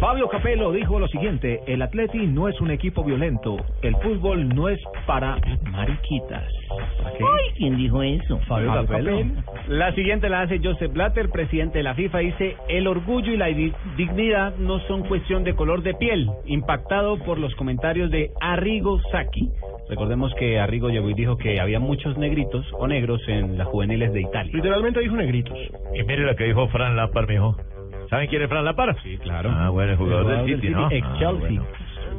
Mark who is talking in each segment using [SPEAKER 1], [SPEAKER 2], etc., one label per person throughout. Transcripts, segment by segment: [SPEAKER 1] Fabio Capello dijo lo siguiente, el Atleti no es un equipo violento, el fútbol no es para mariquitas.
[SPEAKER 2] Uy, ¿quién dijo eso? Ah,
[SPEAKER 1] Fabio Capello.
[SPEAKER 3] La siguiente la hace Joseph Blatter, presidente de la FIFA, dice, el orgullo y la di- dignidad no son cuestión de color de piel, impactado por los comentarios de Arrigo Sacchi. Recordemos que Arrigo llegó y dijo que había muchos negritos o negros en las juveniles de Italia.
[SPEAKER 4] Literalmente dijo negritos.
[SPEAKER 5] Y mire lo que dijo Fran Lapar, mijo. ¿Saben quién es Fran Lapar? Sí,
[SPEAKER 4] claro.
[SPEAKER 5] Ah, bueno, el jugador,
[SPEAKER 1] jugador
[SPEAKER 5] del
[SPEAKER 1] del
[SPEAKER 5] City,
[SPEAKER 1] City,
[SPEAKER 5] ¿no?
[SPEAKER 1] ex
[SPEAKER 5] Ah,
[SPEAKER 1] Chelsea.
[SPEAKER 5] bueno.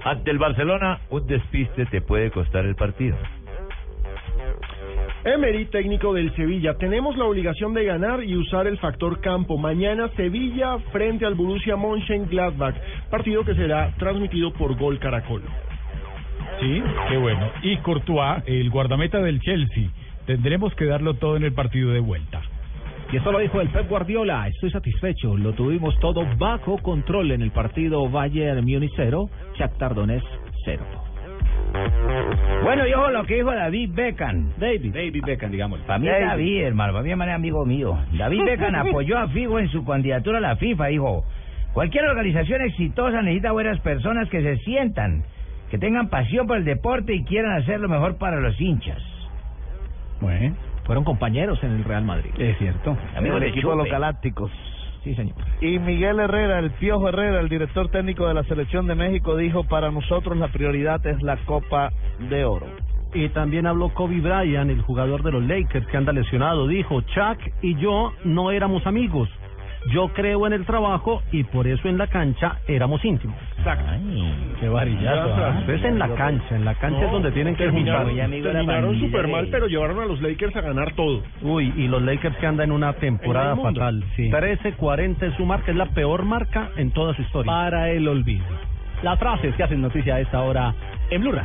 [SPEAKER 5] Ante el Barcelona, un despiste te puede costar el partido.
[SPEAKER 4] Emery, técnico del Sevilla. Tenemos la obligación de ganar y usar el factor campo. Mañana Sevilla frente al Borussia Mönchengladbach. Partido que será transmitido por Gol Caracol.
[SPEAKER 6] Sí, qué bueno. Y Courtois, el guardameta del Chelsea. Tendremos que darlo todo en el partido de vuelta.
[SPEAKER 1] Y esto lo dijo el Pep Guardiola, estoy satisfecho, lo tuvimos todo bajo control en el partido Bayern Múnich 0, Shakhtar Donetsk 0.
[SPEAKER 2] Bueno, yo ojo lo que dijo David Beckham.
[SPEAKER 3] David. David Beckham, digámoslo.
[SPEAKER 2] Para mí
[SPEAKER 3] David.
[SPEAKER 2] David, hermano, para mí hermano es amigo mío. David Beckham apoyó a Figo en su candidatura a la FIFA, dijo, cualquier organización exitosa necesita buenas personas que se sientan, que tengan pasión por el deporte y quieran hacer lo mejor para los hinchas.
[SPEAKER 1] Bueno. Fueron compañeros en el Real Madrid.
[SPEAKER 3] Es cierto.
[SPEAKER 2] Amigos Eh, de Chupe.
[SPEAKER 7] Galácticos.
[SPEAKER 1] Sí, señor.
[SPEAKER 7] Y Miguel Herrera, el Piojo Herrera, el director técnico de la Selección de México, dijo, para nosotros la prioridad es la Copa de Oro.
[SPEAKER 4] Y también habló Kobe Bryant, el jugador de los Lakers que anda lesionado. Dijo, Chuck y yo no éramos amigos. Yo creo en el trabajo y por eso en la cancha éramos íntimos.
[SPEAKER 2] Ay,
[SPEAKER 1] Qué varillazo. ¿ah?
[SPEAKER 4] Es en la cancha, en la cancha es donde tienen que juntar.
[SPEAKER 2] muy amigo de la
[SPEAKER 6] Terminaron
[SPEAKER 2] pandilla
[SPEAKER 6] súper mal,
[SPEAKER 2] de-
[SPEAKER 6] pero llevaron a los Lakers a ganar todo.
[SPEAKER 4] Uy, y los Lakers que andan en una temporada fatal. 13-40 es su marca, es la peor marca en toda su historia.
[SPEAKER 1] Para el olvido. Las frases que hacen noticia a esta hora en Blue Radio.